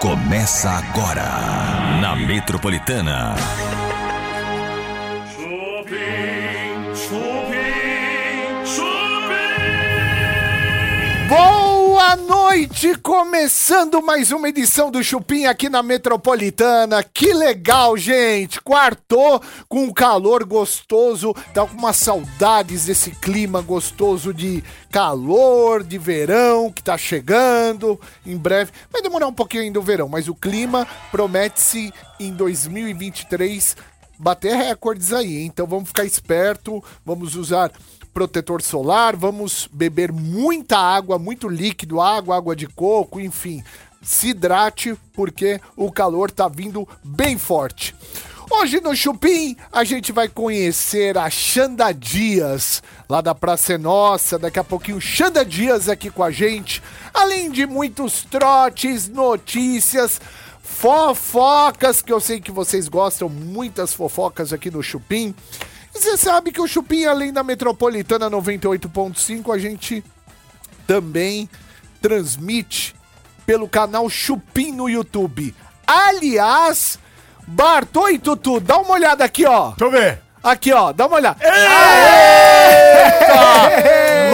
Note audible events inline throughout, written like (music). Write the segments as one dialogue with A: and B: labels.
A: Começa agora na Metropolitana.
B: Chupim, chupim, chupim.
C: Boa noite! Começando mais uma edição do Chupim aqui na Metropolitana. Que legal, gente! Quartou com um calor gostoso. Tá com umas saudades desse clima gostoso de calor, de verão que tá chegando em breve. Vai demorar um pouquinho ainda o verão, mas o clima promete-se em 2023 bater recordes aí, hein? Então vamos ficar esperto, vamos usar protetor solar, vamos beber muita água, muito líquido, água, água de coco, enfim. Se hidrate, porque o calor tá vindo bem forte. Hoje no Chupim, a gente vai conhecer a Xanda Dias, lá da Praça é Nossa. Daqui a pouquinho, Xanda Dias aqui com a gente. Além de muitos trotes, notícias, fofocas, que eu sei que vocês gostam, muitas fofocas aqui no Chupim. E você sabe que o Chupim, além da Metropolitana 98.5, a gente também transmite pelo canal Chupim no YouTube. Aliás, Bartô e Tutu, dá uma olhada aqui, ó.
D: Deixa eu ver.
C: Aqui, ó, dá uma olhada.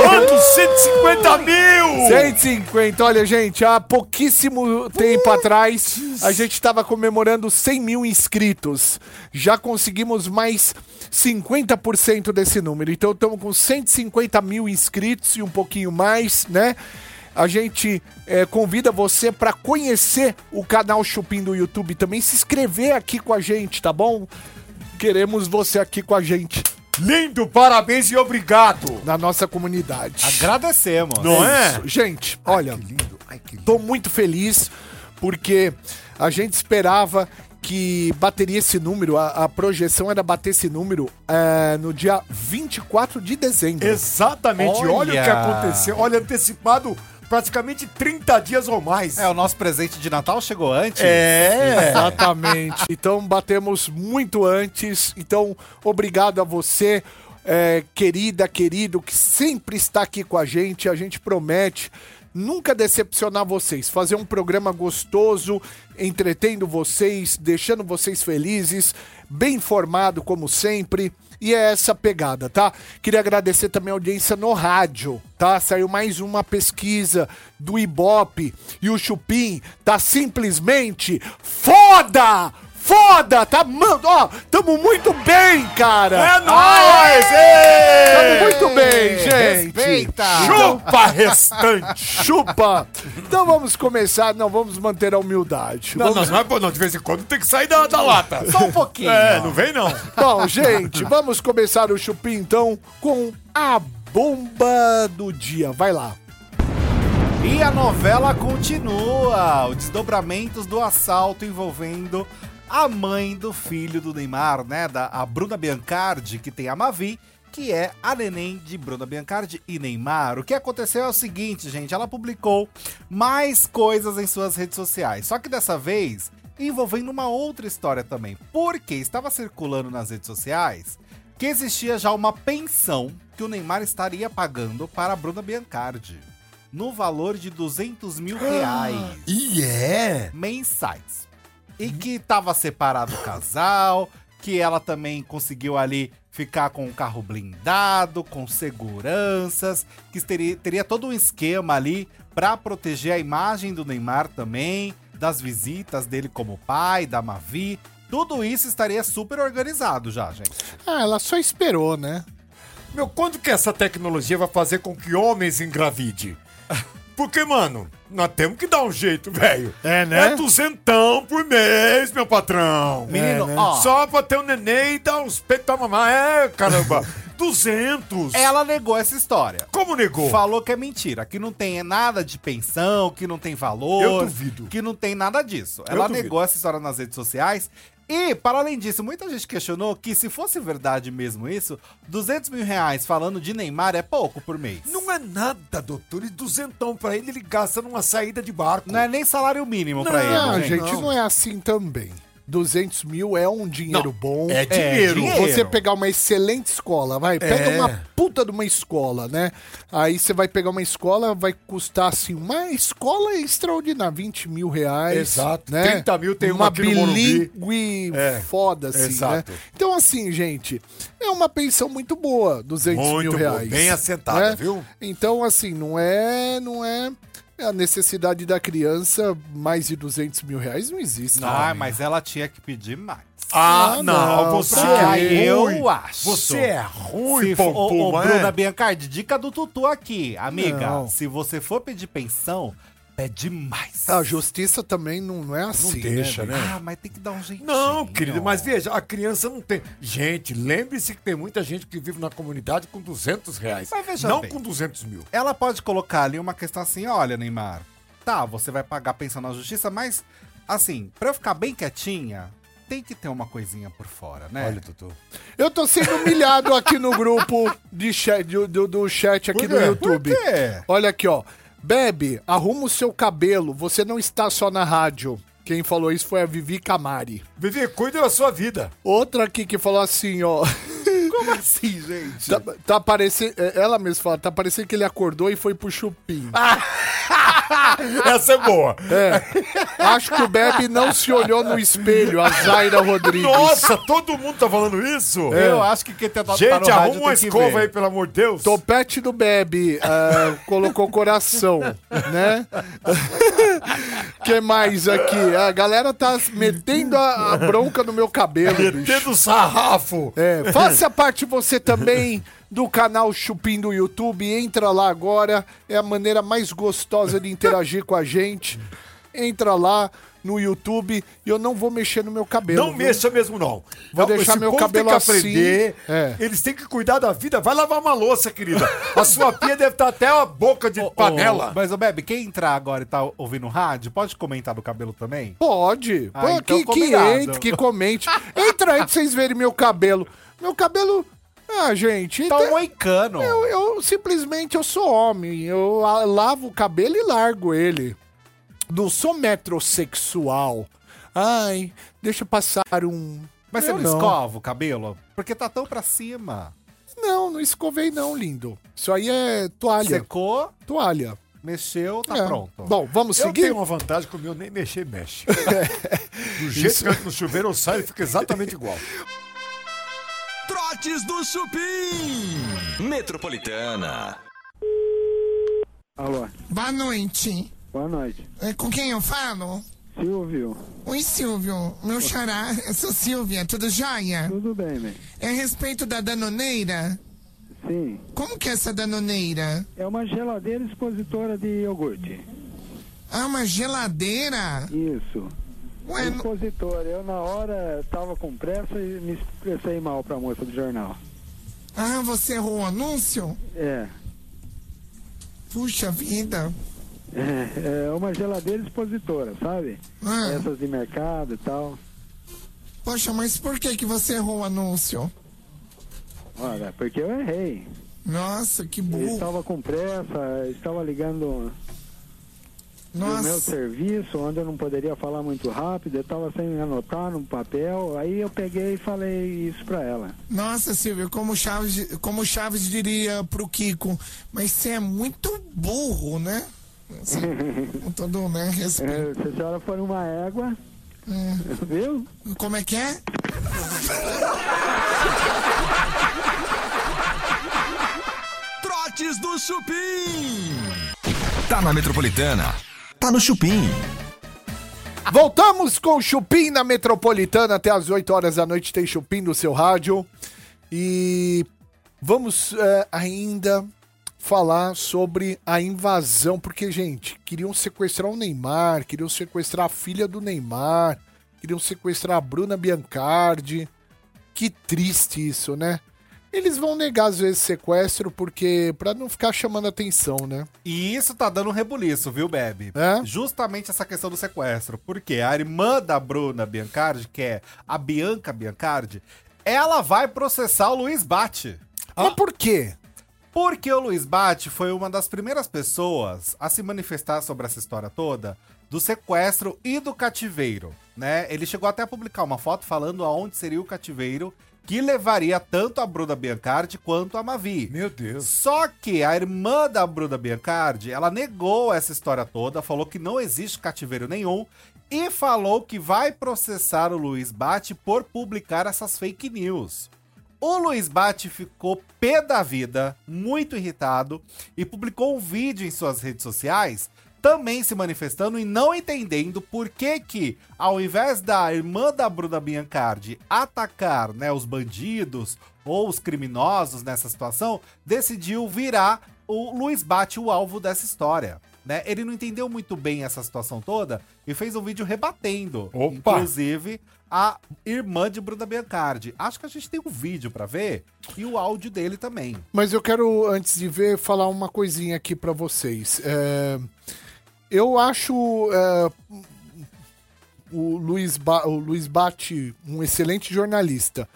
D: Quanto? 150 mil!
C: 150, olha gente, há pouquíssimo
D: Uh,
C: tempo atrás a gente estava comemorando 100 mil inscritos. Já conseguimos mais 50% desse número. Então estamos com 150 mil inscritos e um pouquinho mais, né? A gente eh, convida você para conhecer o canal Chupim do YouTube também, se inscrever aqui com a gente, tá bom? Queremos você aqui com a gente
D: Lindo, parabéns e obrigado.
C: na nossa comunidade.
E: Agradecemos.
D: Não é?
C: Gente, olha, tô muito feliz porque a gente esperava que bateria esse número, a, a projeção era bater esse número é, no dia 24 de dezembro.
D: Exatamente. Olha. o que
E: Olha.
D: aconteceu. Olha, antecipado praticamente 30 dias ou mais.
E: É, o nosso presente de Natal chegou antes.
D: É.
C: Exatamente. Então batemos muito antes. Então, obrigado a você, é, querida, querido, que sempre está aqui com a gente. A gente promete nunca decepcionar vocês, fazer um programa gostoso, entretendo vocês, deixando vocês felizes, bem informado como sempre. E é essa a pegada, tá? Queria agradecer também a audiência no rádio, tá? Saiu mais uma pesquisa do Ibope e o Chupim tá simplesmente foda! Foda! Tá, mano, ó, tamo muito bem, cara!
D: É nóis! Ê!
C: Tamo muito bem, gente!
E: Respeita!
D: Chupa restante!
C: Chupa! Então vamos começar, não, vamos manter a humildade.
D: Não, não, não, é bom, não, de vez em quando tem que sair da, da lata.
E: Só um pouquinho.
D: É, não vem não.
C: Bom, gente, vamos começar o Chupim então com a bomba do dia. Vai lá.
E: E a novela continua. Os desdobramentos do assalto envolvendo a mãe do filho do Neymar, né? Da, a Bruna Biancardi, que tem a Mavi, que é a neném de Bruna Biancardi e Neymar. O que aconteceu é o seguinte, gente. Ela publicou mais coisas em suas redes sociais. Só que dessa vez envolvendo uma outra história também. Porque estava circulando nas redes sociais que existia já uma pensão que o Neymar estaria pagando para a Bruna Biancardi no valor de 200 mil reais
D: (gasps) E é?
E: mensais. E que tava separado o casal, que ela também conseguiu ali ficar com o carro blindado, com seguranças, que teria, teria todo um esquema ali pra proteger a imagem do Neymar também, das visitas dele como pai, da Mavi. Tudo isso estaria super organizado já, gente.
C: Ah, ela só esperou, né?
D: Meu, quando que essa tecnologia vai fazer com que homens engravide? Porque, mano, nós temos que dar um jeito, velho.
C: É, né?
D: É duzentão por mês, meu patrão.
E: Menino,
C: né?
D: É,
E: ó.
D: Só pra ter um neném e dar uns peitos pra mamar. É,
C: (laughs)
D: caramba. Duzentos.
E: Ela negou essa história.
D: Como negou?
E: Falou que é mentira, que não tem nada de pensão, que não tem valor.
D: Eu duvido.
E: Que não tem nada disso. Ela
D: duvido.
E: negou essa história nas redes sociais. E, para além disso, muita gente questionou que, se fosse verdade mesmo isso, 200 mil reais falando de Neymar é pouco por mês.
D: Não é nada, doutor. E duzentão pra
C: Né?
D: ele, ele gasta numa saída de barco.
E: Não é nem salário mínimo pra
C: Ah,
E: ele.
C: gente, não. é assim também. 200 mil é um dinheiro
D: Não,
C: bom.
D: é dinheiro.
C: Você pegar uma excelente escola, vai. Pega
D: É.
C: uma puta de uma escola, né? Aí você vai pegar uma escola, vai custar assim, uma escola extraordinária, 20 mil reais.
D: Exato.
C: Né?
D: 30 mil tem uma aqui no Morumbi.
C: bilingüe
D: É,
C: foda, assim,
D: exato.
C: né? Então, assim, gente, é uma pensão muito boa, 200
D: Muito
C: mil
D: boa,
C: reais.
D: bem assentada,
C: né?
D: viu?
C: Então, assim, não é, não é a necessidade da criança, mais de 200 mil reais não existe.
E: Ah, mas ela tinha que pedir mais.
D: Ah,
C: Ah,
D: não,
C: não,
D: você
E: pra
D: é
E: eu
D: ruim.
E: acho.
D: Você é ruim,
E: Se for, ô, ô,
D: Pompuma,
E: Bruna
D: é?
E: Biancardi, dica do Tutu aqui. Amiga,
C: Não.
E: se você for pedir pensão, pede mais.
C: A justiça também não, não é assim. né,
D: Tá, deixa, né?
E: Ah, mas tem que dar um jeitinho.
D: Não, querido, mas veja, a criança não tem. Gente, lembre-se que tem muita gente que vive na comunidade com 200 reais.
E: Mas veja
D: não
E: bem.
D: com 200 mil.
E: Ela pode colocar ali uma questão assim, olha, Neymar, tá, você vai pagar pensão na justiça, mas, assim, pra eu ficar bem quietinha, tem que ter uma coisinha por fora, né?
D: Olha, Tutu. (laughs)
C: Eu tô sendo humilhado aqui no grupo de chat, do, do- do chat aqui
D: Por
C: no
D: quê?
C: YouTube.
E: Por quê?
C: Olha aqui, ó. Bebe, arruma o seu cabelo. Você não está só na rádio. Quem falou isso foi a Vivi Camari.
D: Vivi, cuida da sua vida.
C: Outra aqui que falou assim, ó.
E: (laughs) Como assim, gente?
C: Tá, tá parecendo. Ela mesma fala, tá parecendo que ele acordou e foi pro chupim.
D: Essa é boa.
C: É. Acho que o Bebe não se olhou no espelho, a Zaira Rodrigues. É.
D: Nossa, todo mundo tá falando isso?
E: Eu acho que quem tá, tá
D: Gente, arruma uma
E: tem que
D: escova
E: ver.
D: aí, pelo amor de Deus.
C: Topete do Bebe ah, colocou coração, né? (laughs) que mais aqui? A galera tá metendo a, a bronca no meu cabelo, bicho.
D: Metendo sarrafo.
E: (laughs)
C: É, faça parte você também do canal Chupim do YouTube. Entra lá agora. É a maneira mais gostosa de interagir com a gente. Entra lá no YouTube e eu não vou mexer no meu cabelo.
D: Não
C: viu?
D: mexa mesmo, não.
C: Vou
D: Não,
C: deixar
D: esse
C: meu
D: povo
C: cabelo
D: tem que
C: assim.
D: aprender.
C: É.
D: Eles têm que cuidar da vida. Vai lavar uma louça, querida. A sua pia deve estar até a boca de
E: Ô, ô,
D: panela.
E: mas, ô, Bebe, quem entrar agora e tá ouvindo rádio, pode comentar do cabelo também?
C: Pode.
E: Ah,
C: Pô,
E: então
C: que, que
E: combinado.
C: entre, que comente. Entra aí pra vocês verem meu cabelo. Meu cabelo. Ah, gente.
E: Tá
C: então-
E: um moicano.
C: eu, eu simplesmente eu sou homem. Eu a- lavo o cabelo e largo ele. Não sou metrosexual. Ai, deixa eu passar um.
E: Mas você
C: Eu
E: não, escova o cabelo? Porque tá tão pra cima.
C: Não, não escovei não, lindo. Isso aí é toalha.
E: Secou,
C: Toalha.
E: mexeu, tá
C: É.
E: pronto.
C: Bom, vamos
D: Eu
C: seguir?
D: tenho uma vantagem que o meu nem mexer,
E: (laughs)
D: mexe. Do jeito que eu entro no chuveiro, eu saio e fica exatamente igual.
A: Trotes do Chupim. Metropolitana.
F: Alô,
G: Boa noite.
F: boa noite.
G: É, Com quem eu falo?
F: Silvio,
G: Oi, Silvio. Meu xará, eu sou Silvia, tudo jóia?
F: tudo bem, né?
G: É a respeito da danoneira?
F: Sim,
G: Como que é essa danoneira?
F: é uma geladeira expositora de iogurte.
G: Ah, uma geladeira?
F: Isso,
G: Ué, não-
F: expositora. Eu, na hora, tava com pressa e me expressei mal pra moça do jornal.
G: ah, você errou o anúncio?
F: É,
G: Puxa vida.
F: é, é uma geladeira expositora, sabe?
G: Ah,
F: Essas de mercado e tal.
G: poxa, mas por que que você errou o anúncio?
F: Olha, porque eu errei.
G: Nossa, que
F: Eu
G: burro.
F: estava com pressa, estava ligando no meu
G: Nossa.
F: serviço, onde eu não poderia falar muito rápido, eu estava sem anotar no papel. Aí eu peguei e falei isso pra ela.
G: Nossa, Silvio, como o Chaves, como o Chaves diria pro Kiko, mas você é muito burro, né? Assim, Com todo né, respeito.
F: É, Se a senhora for uma égua, viu?
G: Como é que é?
A: Trotes do Chupim. Tá na Metropolitana. Tá no Chupim.
C: Voltamos com o Chupim na Metropolitana até as 8 horas da noite tem Chupim no seu rádio. E vamos eh, ainda falar sobre a invasão, porque gente, queriam sequestrar o Neymar, queriam sequestrar a filha do Neymar, queriam sequestrar a Bruna Biancardi. Que triste isso, né? Eles vão negar às vezes sequestro porque para não ficar chamando atenção, né?
E: E isso tá dando um rebuliço, viu, Bebe?
C: É?
E: Justamente essa questão do sequestro. Porque a irmã da Bruna Biancardi, que é a Bianca Biancardi, ela vai processar o Luiz Bate.
C: Mas por quê?
E: Porque o Luiz Bate foi uma das primeiras pessoas a se manifestar sobre essa história toda do sequestro e do cativeiro. né? Ele chegou até a publicar uma foto falando aonde seria o cativeiro que levaria tanto a Bruna Biancardi quanto a Mavi.
D: Meu Deus.
E: Só que a irmã da Bruna Biancardi, ela negou essa história toda, falou que não existe cativeiro nenhum e falou que vai processar o Luiz Bate por publicar essas fake news. O Luiz Bate ficou pé da vida, muito irritado, e publicou um vídeo em suas redes sociais também se manifestando e não entendendo por que que, ao invés da irmã da Bruna Biancardi atacar né, os bandidos ou os criminosos nessa situação, decidiu virar o Luiz Bate o alvo dessa história. Né? Ele não entendeu muito bem essa situação toda e fez um vídeo rebatendo,
D: Opa!
E: inclusive, a irmã de Bruna Biancardi. Acho que a gente tem um vídeo pra ver e o áudio dele também.
C: Mas eu quero, antes de ver, falar uma coisinha aqui pra vocês. É, eu acho é, o, Luiz Ba- o Luiz Bate um excelente jornalista.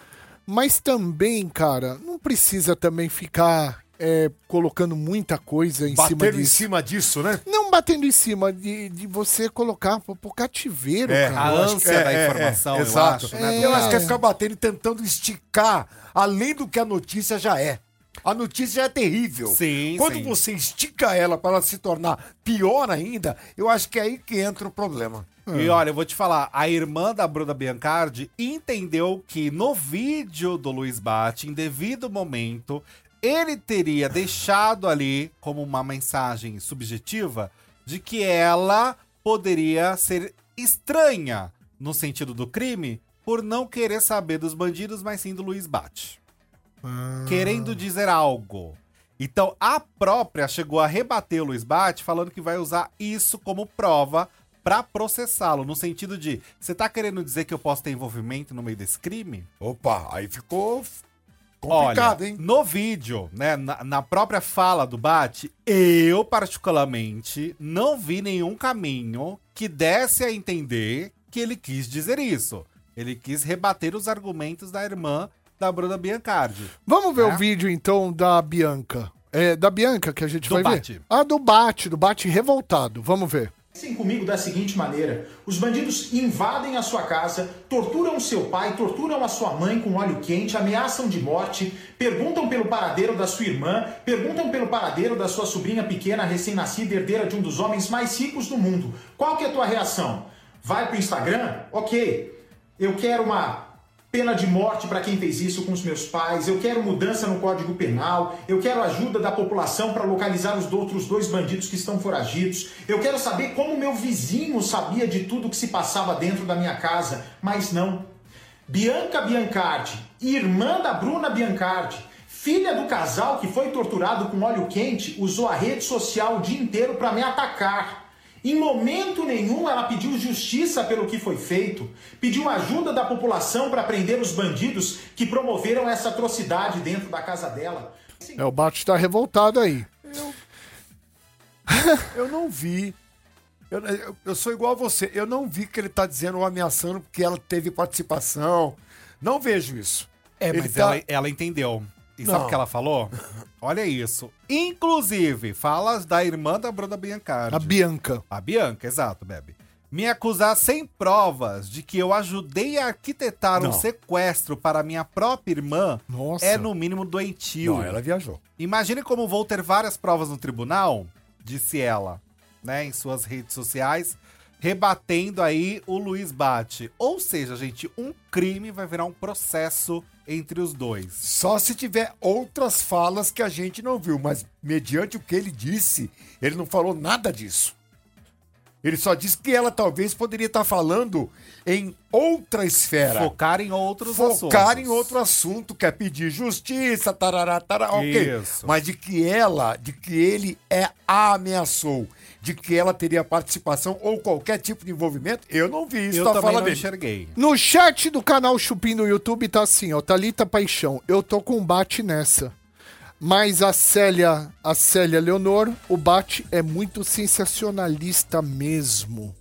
C: Mas também, cara, não precisa também ficar é, colocando muita coisa em cima
D: Bateram em
C: disso.
D: cima disso, né?
C: Não batendo em cima de, de você colocar pro, pro cativeiro,
D: É,
E: A
C: cara.
D: Eu acho
E: ânsia
D: que-
E: da
D: é, é,
E: informação,
D: é,
E: eu
D: exato.
E: acho. Né,
C: É.
E: do
D: Eu acho que é ficar batendo e tentando esticar, além do que a notícia já é. A notícia já é terrível.
E: Sim,
D: Quando
E: sim.
D: você estica ela para ela se tornar pior ainda, eu acho que é aí que entra o problema.
E: E olha, eu vou te falar, a irmã da Bruna Biancardi entendeu que no vídeo do Luiz Bate, em devido momento, ele teria deixado ali como uma mensagem subjetiva de que ela poderia ser estranha no sentido do crime por não querer saber dos bandidos, mas sim do Luiz Bate querendo dizer algo. Então a própria chegou a rebater o Luiz Bate falando que vai usar isso como prova pra processá-lo, no sentido de você tá querendo dizer que eu posso ter envolvimento no meio desse crime?
D: Opa, aí ficou f-
E: Olha,
D: complicado, hein?
E: no vídeo, né, na, na própria fala do Bate, eu particularmente não vi nenhum caminho que desse a entender que ele quis dizer isso. Ele quis rebater os argumentos da irmã da Bruna Biancardi.
C: Vamos ver
E: É.
C: o vídeo, então, da Bianca. É, da Bianca que a gente
E: Do
C: vai
E: Bate.
C: ver. Ah, do Bate, do Bate revoltado. Vamos ver.
H: Pensem comigo da seguinte maneira: os bandidos invadem a sua casa, torturam seu pai, torturam a sua mãe com óleo quente, ameaçam de morte, perguntam pelo paradeiro da sua irmã, perguntam pelo paradeiro da sua sobrinha pequena, recém-nascida, herdeira de um dos homens mais ricos do mundo. Qual que é a tua reação? Vai pro Instagram? Ok. Eu quero uma pena de morte para quem fez isso com os meus pais, eu quero mudança no Código Penal, eu quero ajuda da população para localizar os outros dois bandidos que estão foragidos, eu quero saber como meu vizinho sabia de tudo que se passava dentro da minha casa, mas não. Bianca Biancardi, irmã da Bruna Biancardi, filha do casal que foi torturado com óleo quente, usou a rede social o dia inteiro para me atacar. Em momento nenhum ela pediu justiça pelo que foi feito, pediu ajuda da população para prender os bandidos que promoveram essa atrocidade dentro da casa dela.
C: É, o Bate tá revoltado aí.
D: Eu não vi. Eu, eu- eu sou igual a você. Eu não vi que ele tá dizendo ou ameaçando porque ela teve participação. Não vejo isso.
E: É,
D: Ele
E: mas
D: tá-
E: ela, ela entendeu. E
D: Não.
E: sabe o que ela
D: (laughs)
E: falou? Olha isso. Inclusive, falas da irmã da Bruna Biancardi.
C: A Bianca.
E: A Bianca, exato, Bebe. Me acusar sem provas de que eu ajudei a arquitetar um
D: Não.
E: sequestro para minha própria irmã
C: Nossa.
E: é no mínimo doentio.
D: Não, ela viajou.
E: Imagine como vou ter várias provas no tribunal, disse ela, né, em suas redes sociais, rebatendo aí o Luiz Bate. Ou seja, gente, um crime vai virar um processo entre os dois.
D: Só se tiver outras falas que a gente não viu, mas mediante o que ele disse, ele não falou nada disso. Ele só disse que ela talvez poderia estar falando em outra esfera.
E: Focar em outros
D: Focar
E: assuntos.
D: em outro assunto, que é pedir justiça, tarará, tarará, ok.
E: Isso.
D: Mas de que ela, de que ele é a ameaçou, de que ela teria participação ou qualquer tipo de envolvimento, eu não vi isso
E: Eu
D: na
E: também
D: fala
E: não
D: dele.
E: enxerguei.
C: No chat do canal Chupim no YouTube tá assim, ó, Thalita Paixão, eu tô com um bate nessa. Mas a Célia, a Célia Leonor, o bate é muito sensacionalista mesmo,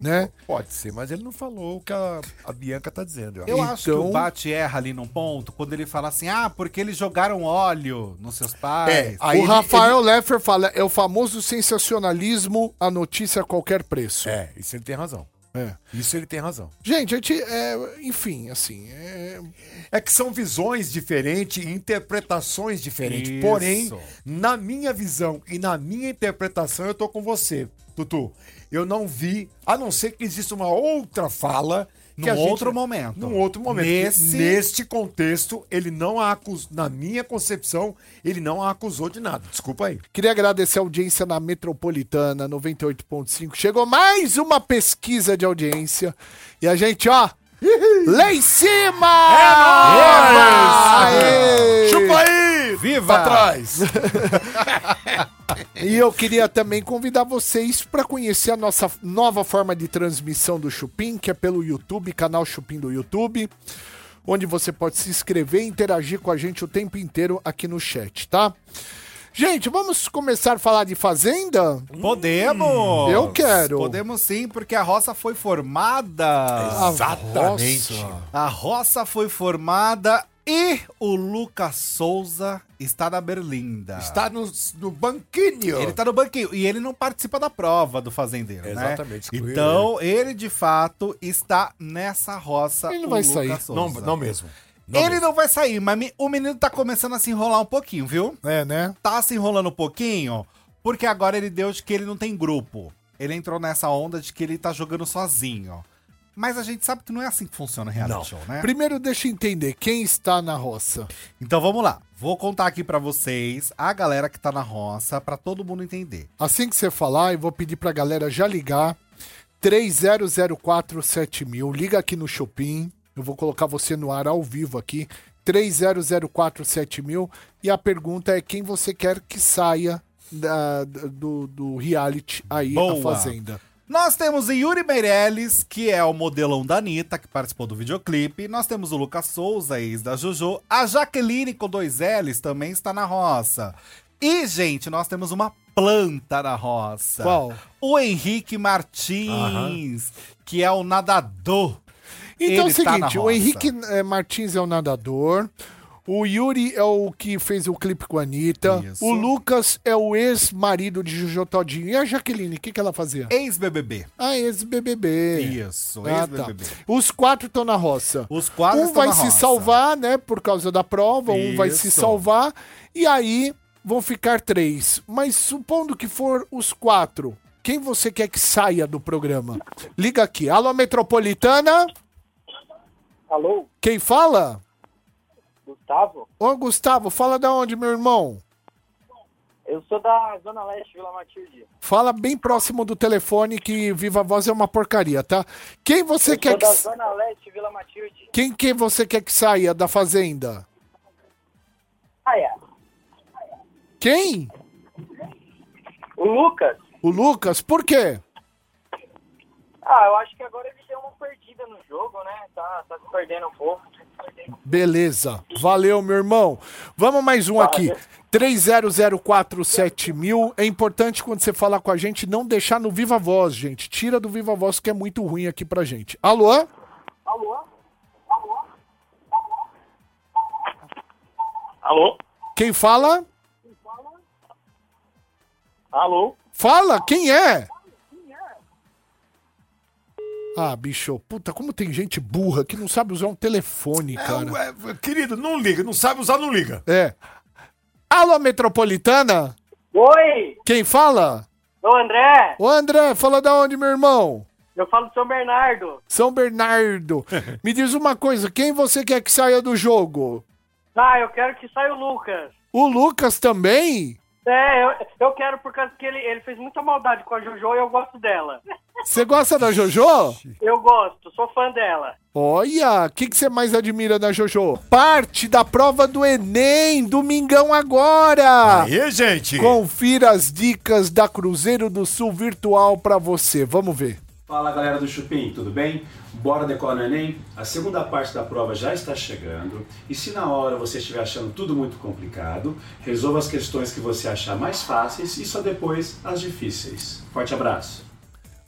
C: né?
D: Pode ser, mas ele não falou o que a, a Bianca tá dizendo. acho.
E: Eu acho que
C: Então-
E: o Bate erra ali num ponto, quando ele fala assim, ah, porque eles jogaram óleo nos seus pais.
D: É, aí
C: o
D: ele-
C: Rafael Leffer fala, é o famoso sensacionalismo, a notícia a qualquer preço.
D: É, isso ele tem razão.
C: É.
D: Isso ele tem razão.
C: Gente, a gente, é, enfim, assim, é,
D: É que são visões diferentes, interpretações diferentes. Porém, na minha visão e na minha interpretação, eu tô com você, Tutu. Eu não vi, a não ser que exista uma outra fala. que
E: Num
D: a gente-
E: outro momento.
D: Num outro momento.
E: Nesse-
D: Neste contexto, ele não a acusou, na minha concepção, ele não a acusou de nada. Desculpa aí.
C: Queria agradecer a audiência na Metropolitana 98.5. Chegou mais uma pesquisa de audiência. E a gente, ó, lá em
D: É
C: cima! É
D: Chupa aí!
E: Viva!
D: Pra trás!
C: E eu queria também convidar vocês para conhecer a nossa nova forma de transmissão do Chupim, que é pelo YouTube, canal Chupim do YouTube, onde você pode se inscrever e interagir com a gente o tempo inteiro aqui no chat, tá? Gente, vamos começar a falar de Fazenda?
E: Podemos!
C: eu quero.
E: Podemos sim, porque a roça foi formada.
D: Exatamente.
E: A roça foi formada e o Lucas Souza está na Berlinda.
D: Está no, no banquinho.
E: Ele tá no banquinho e ele não participa da prova do fazendeiro, né?
D: Exatamente, excluiu
E: Então, ele de fato está nessa roça.
C: Ele não
E: o
C: vai
E: Lucas
C: sair.
E: Souza.
D: mesmo.
E: ele não vai sair, mas me- o menino tá começando a se enrolar um pouquinho, viu?
C: É, né?
E: Tá se enrolando um pouquinho, porque agora ele deu de que ele não tem grupo. Ele entrou nessa onda de que ele tá jogando sozinho. Mas a gente sabe que não é assim que funciona o reality show, né?
C: Primeiro, deixa eu entender quem está na roça.
E: Então vamos lá. Vou contar aqui pra vocês a galera que tá na roça, pra todo mundo entender.
C: Assim que você falar, eu vou pedir pra galera já ligar. 30047000. Liga aqui no Shopping. Eu vou colocar você no ar ao vivo aqui. 30047000. E a pergunta é quem você quer que saia da- do, do reality aí, a
E: Boa.
C: Fazenda.
E: Nós temos o Yuri Meirelles, que é o modelão da Anitta, que participou do videoclipe. Nós temos o Lucas Souza, ex da Jojo. A Jaqueline, com dois L's, também está na roça. E, gente, nós temos uma planta na roça.
C: Qual?
E: O Henrique Martins, que é o nadador.
C: Então é o
E: Ele tá na
C: seguinte, o
E: roça.
C: Henrique eh, Martins é o nadador, o Yuri é o que fez o clipe com a Anitta,
E: Isso.
C: o Lucas é o ex-marido de Jojo Todinho. E a Jaqueline, o que, que ela fazia?
E: Ex-BBB.
C: Ah, ex-BBB.
D: É.
E: Isso,
C: Ah, tá.
E: ex-BBB.
C: Os quatro estão na roça.
E: Os quatro
C: Um
E: estão
C: vai
E: na
C: se
E: roça.
C: salvar, né, por causa da prova, um vai se
E: Isso.
C: salvar, e aí vão ficar três. Mas supondo que for os quatro, quem você quer que saia do programa? Liga aqui. Alô, Metropolitana?
I: Alô,
C: Quem fala?
I: Gustavo?
C: Ô, Gustavo, fala da onde, meu irmão?
I: Eu sou da Zona Leste, Vila Matilde.
C: Fala bem próximo do telefone que Viva Voz é uma porcaria, tá? Quem você
I: Eu
C: quer
I: sou
C: que...
I: da Zona Leste, Vila Matilde.
C: Quem que você quer que saia da fazenda?
I: Ah, é.
C: Quem?
I: O Lucas?
C: O Lucas? Por quê?
I: Ah, eu acho que agora ele deu uma perdida no jogo, né? Tá, tá se perdendo um pouco.
C: Beleza. Valeu, meu irmão. Vamos mais um aqui. 30047000. É importante quando você falar com a gente não deixar no Viva Voz, gente. Tira do Viva Voz que é muito ruim aqui pra gente. Alô?
I: Alô? Alô? Alô?
C: Quem fala?
I: Alô?
C: Fala, quem é? Ah, bicho, puta, como tem gente burra que não sabe usar um telefone, cara.
D: É, é, querido, não liga. Não sabe usar, não liga.
C: É. Alô, Metropolitana?
I: Oi,
C: Quem fala?
I: sou o André.
C: Ô, André, fala da onde, meu irmão?
I: Eu falo de São Bernardo.
C: São Bernardo. Me diz uma coisa, quem você quer que saia do jogo?
I: Ah, eu quero que saia o Lucas.
C: O Lucas também?
I: É, eu, eu quero por causa que ele, ele fez muita maldade com a Jojo e eu gosto dela.
C: Você gosta da Jojo?
I: Eu gosto, sou fã dela.
C: Olha, o que, que você mais admira da Jojo? Parte da prova do Enem, domingão agora!
D: E, gente?
C: Confira as dicas da Cruzeiro do Sul virtual pra você. Vamos ver.
J: Fala galera do Chupim, tudo bem? Bora decolar no Enem? A segunda parte da prova já está chegando e se na hora você estiver achando tudo muito complicado, resolva as questões que você achar mais fáceis e só depois as difíceis. Forte abraço!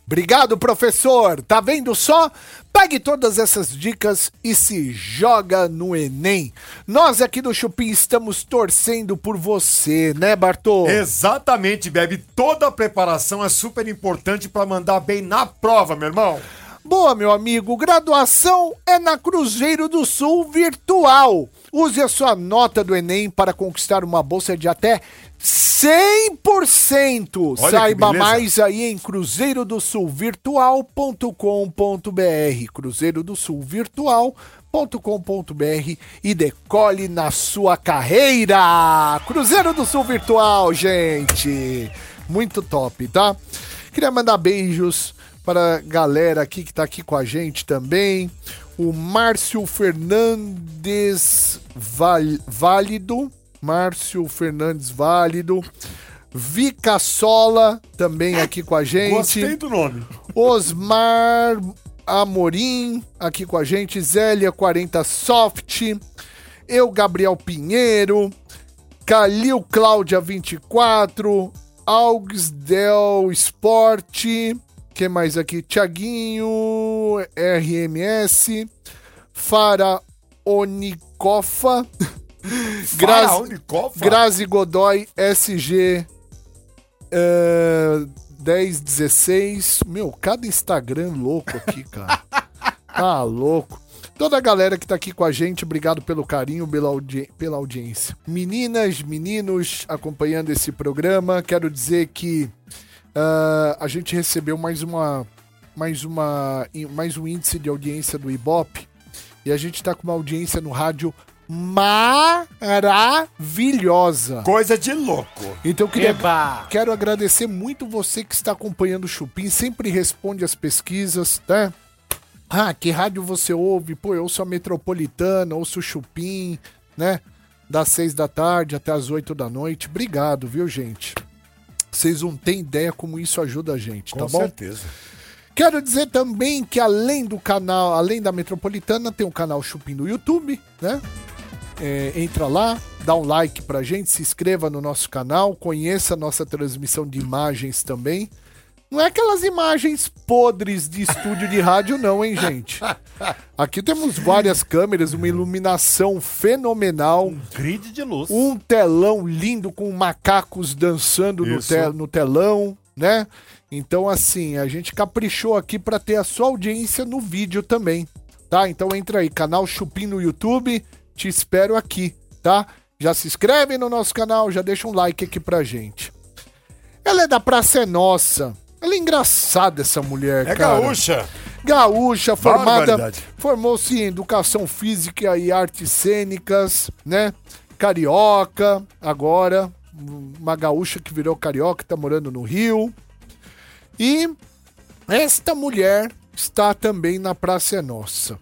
C: Obrigado, professor. Tá vendo só? Pegue todas essas dicas e se joga no Enem. Nós aqui do Chupim estamos torcendo por você, né, Bartô?
D: Exatamente, Bebe. Toda a preparação é super importante pra mandar bem na prova, meu irmão.
C: Boa, meu amigo, graduação é na Cruzeiro do Sul virtual. Use a sua nota do Enem para conquistar uma bolsa de até 100%.
D: Olha que
C: Saiba
D: beleza.
C: mais aí em cruzeirodosulvirtual.com.br, cruzeirodosulvirtual.com.br e decole na sua carreira. Cruzeiro do Sul Virtual, gente. Muito top, tá? Queria mandar beijos para a galera aqui que tá aqui com a gente também. O Márcio Fernandes Val- Válido. Márcio Fernandes Válido. Vica Sola também aqui com a gente.
D: Gostei do nome.
C: Osmar Amorim aqui com a gente. Zélia 40 Soft. Eu, Gabriel Pinheiro. Calil Cláudia 24. Augsdel Sport. que mais aqui? Tiaguinho RMS. Fara Onicofa. Grazi,
D: Faraônicofa?
C: Grazi Godoy SG eh, 1016. Meu, cada Instagram louco aqui, cara. Tá louco. Toda a galera que tá aqui com a gente, obrigado pelo carinho, pela, audi- pela audiência. Meninas, meninos, acompanhando esse programa, quero dizer que ah, a gente recebeu mais uma mais uma mais um índice de audiência do Ibope e a gente tá com uma audiência no rádio maravilhosa.
D: Coisa de louco.
C: Então eu queria, quero agradecer muito você que está acompanhando o Chupim, sempre responde as pesquisas, tá? Ah, que rádio você ouve? Pô, eu ouço a Metropolitana, ouço o Chupim, né? Das seis da tarde até as oito da noite. Obrigado, viu, gente? Vocês não têm ideia como isso ajuda a gente, tá bom?
D: certeza.
C: Quero dizer também que além do canal, além da Metropolitana, tem o canal Chupim no YouTube, né? É, entra lá, dá um like pra gente, se inscreva no nosso canal, conheça a nossa transmissão de imagens também. Não é aquelas imagens podres de estúdio de rádio, não, hein, gente? Aqui temos várias câmeras, uma iluminação fenomenal,
E: Grid de luz.
C: um telão lindo com macacos dançando no,
D: Isso.
C: te- no telão, né? Então, assim, a gente caprichou aqui pra ter a sua audiência no vídeo também, tá? Então entra aí, canal Chupim no YouTube, te espero aqui, tá? Já se inscreve no nosso canal, já deixa um like aqui pra gente. Ela é da Praça é Nossa. Ela é engraçada, essa mulher,
D: É
C: cara.
D: gaúcha.
C: Gaúcha, formada,
D: Barbaridade.
C: formou-se em educação física e artes cênicas, né? Carioca, agora uma gaúcha que virou carioca, tá morando no Rio. E esta mulher está também na Praça é Nossa.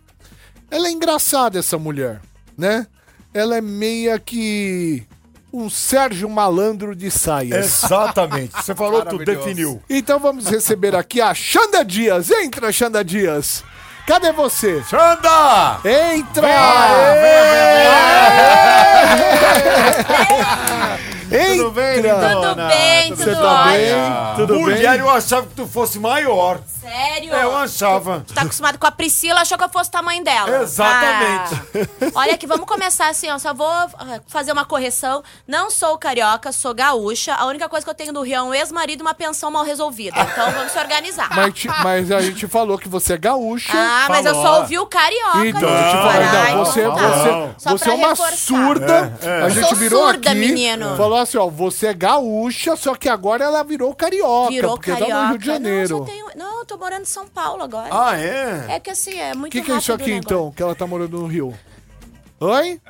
C: Ela é engraçada essa mulher, né? Ela é meia que um Sérgio Malandro de saias.
D: Exatamente. Você falou, tu
E: Maravilhoso.
D: definiu.
C: Então vamos receber aqui a Xanda Dias. Entra, Xanda Dias. Cadê você?
D: Xanda!
C: Entra!
D: Tá (laughs)
E: Tudo bem,
C: Entra!
K: Tudo
E: lindona?
K: bem,
E: Tudo
K: tudo
C: Você tá bem? Tudo
D: Mulher,
C: bem?
D: eu achava que tu fosse maior.
K: Sério?
D: Eu achava.
K: Tu tá acostumado com a Priscila, achou que eu fosse o
C: (laughs)
K: tamanho
D: (laughs)
K: dela.
D: Exatamente.
K: Ah, olha aqui, vamos começar assim, ó. Só vou ah, fazer uma correção. Não sou carioca, sou gaúcha. A única coisa que eu tenho do Rio é um ex-marido e uma pensão mal resolvida. Então vamos se organizar.
C: (laughs) Mas, ti- mas a gente falou que você é gaúcha.
K: ah, mas eu só ouvi o carioca.
C: Então,
K: gente.
C: eu te falei,
K: Ah,
C: não, você,
K: então tá.
C: você,
K: Só
C: você é
K: pra
C: uma
K: reforçar.
C: surda. A
K: Eu
C: gente
K: sou
C: virou
K: surda,
C: aqui,
K: menino.
C: falou assim, ó, você é gaúcha, só que agora ela virou carioca,
K: Virou
C: porque
K: carioca.
C: tá no Rio de Janeiro.
K: Não,
C: O
K: eu só tenho- não, eu tô morando em São Paulo agora.
D: Ah, é?
K: É que assim, é muito
C: que, que é isso
K: rápido o
C: aqui,
K: negócio.
C: então, que ela tá morando no Rio? Oi?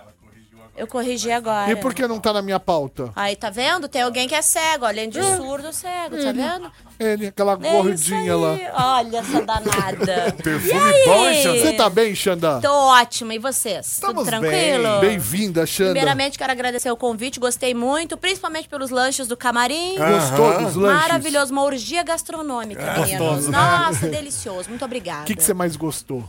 K: Eu corrigi agora.
C: E por que não tá na minha pauta?
K: Aí, tá vendo? Tem alguém que é cego, além de surdo, cego, tá vendo?
C: Ele, aquela
K: É
C: gordinha
K: isso
C: Hum. lá. Um
K: aí. Olha
C: (laughs)
K: essa danada.
D: Perfume
K: E
D: bom,
K: aí?
D: hein, Xanda?
C: Você tá bem, Xandá?
K: Tô ótima, e vocês?
E: Estamos
K: Tudo tranquilo?
C: Bem-vinda, Xanda.
K: Primeiramente, quero agradecer o convite, gostei muito, principalmente pelos lanches do camarim.
C: Gostou dos lanches?
K: Maravilhoso, uma orgia gastronômica, meninos. Nossa, delicioso, muito obrigada.
C: O que, que você mais gostou?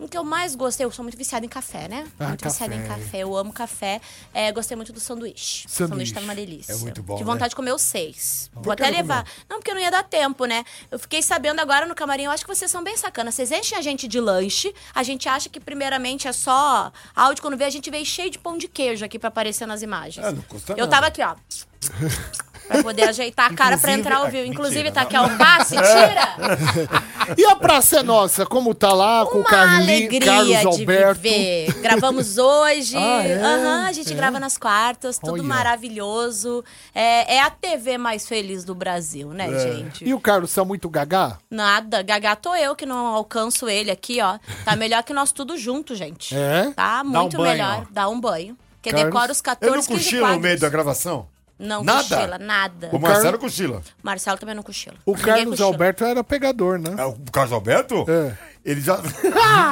K: O Um que eu mais gostei, eu sou muito viciada em café, né? muito
C: café.
K: viciada em café, eu amo café. É, gostei muito do sanduíche.
C: Sanduíche.
K: O sanduíche tava uma delícia.
D: É muito bom,
K: De
D: né?
K: vontade de comer os seis. Vou até levar. Não, porque não ia dar tempo, né? Eu fiquei sabendo agora no camarim, eu acho que vocês são bem sacanas. Vocês enchem a gente de lanche, a gente acha que primeiramente é só áudio. Quando vê, a gente veio cheio de pão de queijo aqui pra aparecer nas imagens.
D: Ah, não custa
K: eu
D: nada.
K: tava aqui, ó. Pra poder ajeitar a cara pra
C: Inclusive-
K: entrar ao
C: ah,
K: vivo. Inclusive,
C: mentira,
K: tá
C: não.
K: aqui alface, tira!
C: E a Praça é Nossa, como tá lá com o Carlinhos,
K: Alegria
C: Carlos
K: de
C: Alberto?
K: viver. Gravamos hoje.
C: Ah, é?
K: Aham, a gente
C: É?
K: grava nas quartas, tudo
C: Olha.
K: maravilhoso. É, é a TV mais feliz do Brasil, né,
C: É.
K: gente?
C: E o Carlos tá muito gagá?
K: Nada, Gagá tô eu que não alcanço ele aqui, ó. Tá melhor que nós tudo junto, gente.
D: É?
K: Tá
D: Dá
K: muito
D: um banho,
K: melhor.
D: ó.
K: Dá um banho. Porque
D: Carlos,
K: decora os 14,
D: Ele não
K: 15
D: cochila no
K: quadros.
D: meio da gravação?
K: Não
D: Nada?
K: cochila, nada.
D: O Marcelo cochila.
K: Marcelo também não cochila.
C: O
K: Ninguém
C: Carlos
K: cochila.
C: Alberto era pegador, né?
D: É, O Carlos Alberto? Ele já.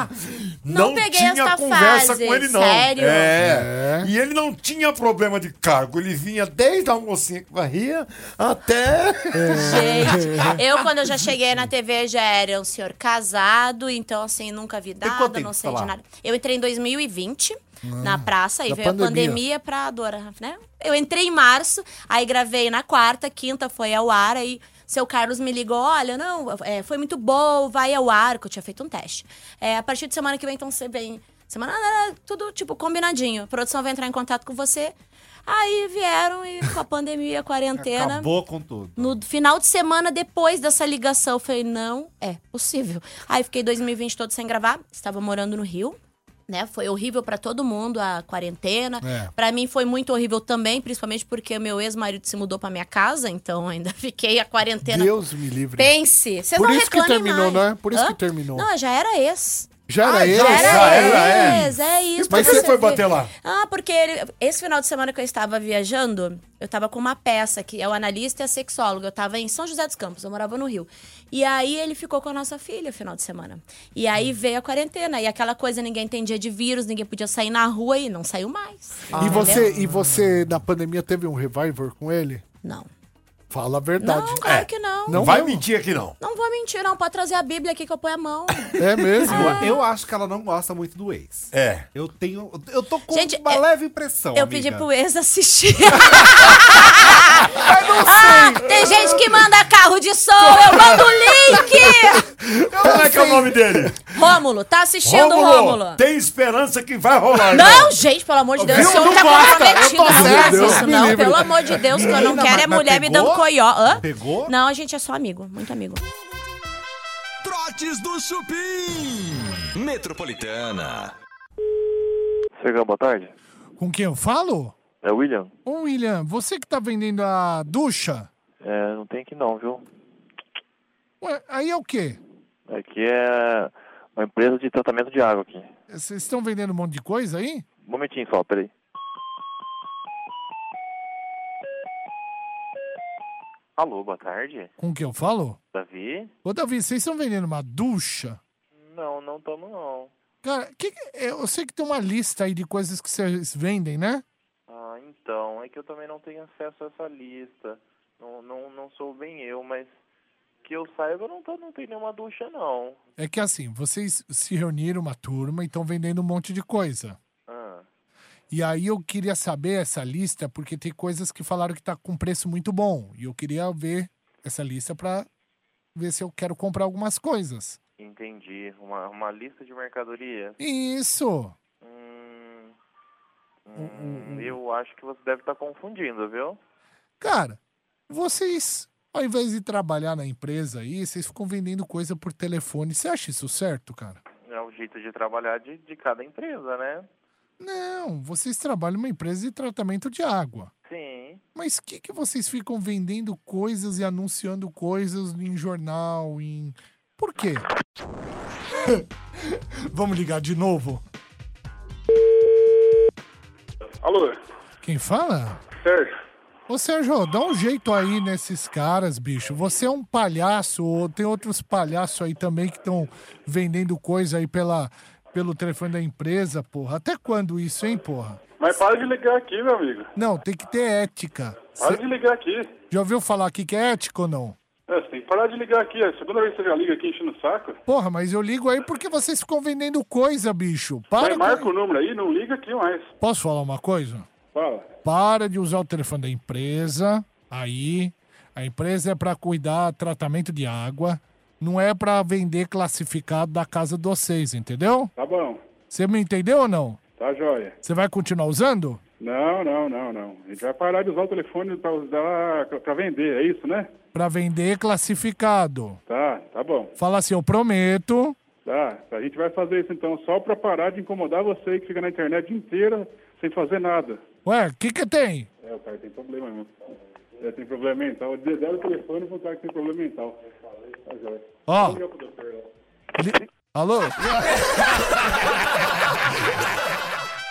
K: (laughs) Não
D: não,
K: peguei
D: tinha
K: essa
D: conversa
K: fase,
D: com ele, não.
K: sério?
D: É. E ele não tinha problema de cargo. Ele vinha desde a almocinha que varria até.
K: Gente, eu quando eu já cheguei na TV já era um senhor casado, então assim, nunca vi nada,
D: quanto
K: não
D: tempo
K: sei
D: tá
K: de
D: lá?
K: nada. Eu entrei em 2020
D: Ah,
K: na praça, aí
D: da
K: veio
D: pandemia.
K: a pandemia pra Dora, né? Eu entrei em março, aí gravei na quarta, quinta foi ao ar, aí seu Carlos me ligou, olha, não, é, foi muito bom, vai ao ar, que eu tinha feito um teste. É, a partir de semana que vem, então você vem. Semana, ah, tudo tipo combinadinho. A produção vai entrar em contato com você. Aí vieram e com a pandemia, a quarentena.
E: Acabou com tudo.
K: No final de semana depois dessa ligação, eu falei, não é possível. Aí fiquei 2020 todo sem gravar, estava morando no Rio. Né? Foi horrível pra todo mundo a quarentena.
L: É.
K: Pra mim foi muito horrível também, principalmente porque meu ex-marido se mudou pra minha casa, então (laughs) ainda fiquei a quarentena.
C: Deus me livre.
K: Pense, vocês
C: Por
K: não
C: isso que
K: reclamem
C: terminou,
K: mais.
C: né? Por isso
K: Hã?
C: que terminou.
K: Não, já era ex.
C: Já era
K: Ah,
C: ex?
K: Já era,
C: Já era
K: ex,
C: ex.
K: é isso.
C: Mas
K: pra
C: você foi
K: ver.
C: bater lá?
K: Ah, porque ele- esse final de semana que eu estava viajando, eu estava com uma peça que é o analista e a sexóloga. Eu estava em São José dos Campos, eu morava no Rio. E aí ele ficou com a nossa filha o final de semana. E aí veio a quarentena. E aquela coisa, ninguém entendia de vírus, ninguém podia sair na rua e não saiu mais.
C: Ah, e,
K: entendeu?
C: você, e você, na pandemia, teve um revival com ele?
K: Não.
C: Fala a verdade.
K: Não,
M: É.
K: claro que não.
C: Tá É. Não
D: vai
C: mesmo?
D: mentir aqui, não.
K: Não vou mentir, não. Pode trazer a Bíblia aqui que eu ponho a mão.
C: É mesmo?
E: Eu, eu acho que ela não gosta muito do ex.
D: É.
E: Eu tenho. Eu tô com
K: Gente,
E: uma
K: eu-
E: leve impressão.
D: Então,
K: eu
E: amiga.
K: pedi pro
D: (laughs)
K: ex assistir. Ah, tem gente que manda carro de som, eu mando o link!
D: Como é que é o nome dele?
K: Rômulo, tá assistindo o Rômulo?
D: Tem esperança que vai rolar.
K: (laughs)
D: então.
K: Não, gente, pelo amor de Deus,
D: Viu?
K: esse homem
D: Não
K: tá
D: basta, eu
K: comprometido.
D: tô
K: Não
D: certo.
K: faz
D: Deus
K: isso,
D: me
K: não.
D: livre.
K: Pelo amor de Deus, que eu não
D: Menina,
K: quero é
D: mas- mas
K: mulher me dando
D: pegou?
K: coió. Hã?
E: Pegou?
K: Não, a gente é só amigo, muito amigo.
A: Trotes do Chupim. Metropolitana.
M: Sergão, boa tarde.
C: Com quem eu falo?
M: É o William?
C: Ô, William, você que tá vendendo a ducha,
M: É, não tem aqui não, viu?
C: ué, aí é o quê?
M: Aqui é uma empresa de tratamento de água aqui.
C: Vocês estão vendendo um monte de coisa aí?
M: Um momentinho só, peraí. Alô, boa tarde.
C: Com quem eu falo?
M: Davi?
C: Ô, Davi, vocês estão vendendo uma ducha?
M: Não, não estamos não.
C: Cara, que que- eu sei que tem uma lista aí de coisas que vocês vendem, né?
M: Ah, então, é que eu também não tenho acesso a essa lista. Não, não, não sou bem eu, mas que eu saiba, eu não, tô, não tenho nenhuma ducha, não.
C: É que assim, vocês se reuniram uma turma e estão vendendo um monte de coisa.
M: Ah,
C: E aí eu queria saber essa lista, porque tem coisas que falaram que tá com preço muito bom. E eu queria ver essa lista pra ver se eu quero comprar algumas coisas.
M: entendi. Uma, uma lista de mercadoria.
C: Isso!
M: Hum, hum, eu acho que você deve estar confundindo, viu?
C: Cara, vocês, ao invés de trabalhar na empresa aí, vocês ficam vendendo coisa por telefone. Você acha isso certo, cara?
M: É o jeito de trabalhar de, de cada empresa, né?
C: Não, vocês trabalham numa empresa de tratamento de água.
M: Sim.
C: Mas que que vocês ficam vendendo coisas e anunciando coisas em jornal, em Por quê? (laughs) Vamos ligar de novo.
N: Alô,
C: Quem fala?
N: Sérgio?
C: Ô Sérgio, dá um jeito aí nesses caras, bicho. Você é um palhaço, ou tem outros palhaços aí também que estão vendendo coisa aí pela, pelo telefone da empresa, porra. Até quando isso, hein, porra?
N: Mas para de ligar aqui, meu amigo.
C: Não, tem que ter ética.
N: Para
C: Cê-
N: de ligar aqui.
C: Já ouviu falar aqui que é ético ou não?
N: É, você tem que parar de ligar aqui. É a segunda vez que você já liga aqui enchendo o saco.
C: Porra, mas eu ligo aí porque vocês ficam vendendo coisa, bicho. Para.
N: Mas
C: com-
N: marca o número aí, não liga aqui mais.
C: Posso falar uma coisa?
N: Fala.
C: Para de usar o telefone da empresa. Aí, a empresa é pra cuidar tratamento de água, não é pra vender classificado da casa de vocês, entendeu?
N: Tá bom.
C: Você me entendeu ou não?
N: Tá joia.
C: Você vai continuar usando?
N: Não, não, não, não. A gente vai parar de usar o telefone para usar para vender, é isso, né?
L: Pra vender classificado.
N: Tá, tá bom.
L: Fala assim, eu prometo.
N: Tá, a gente vai fazer isso então só para parar de incomodar você aí que fica na internet o dia inteira sem fazer nada.
L: Ué, o que que tem?
N: É, o cara tem problema mesmo. É, tem problema mental. Eu Zero o telefone para um cara que tem problema mental. Tá joia.
L: Ó.
N: Liga pro doutor lá.
L: Li- Alô?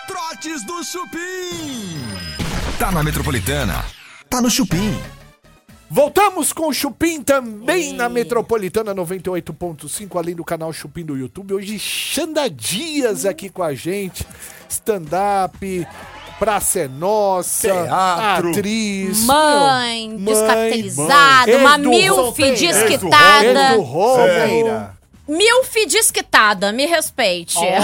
A: Trotes do Chupim. Tá na Metropolitana. Tá no Chupim.
C: Voltamos com o Chupim também na Metropolitana 98.5, além do canal Chupim do YouTube. Hoje, Xanda Dias aqui com a gente. Stand-up, Praça é Nossa,
K: Teatro.
C: atriz.
K: Mãe,
C: meu,
K: descaracterizado,
C: mãe.
K: uma
C: Ex do
K: milf
C: solteira.
K: desquitada.
C: Ex do Rômulo.
K: Milf desquitada, me respeite.
C: Olha,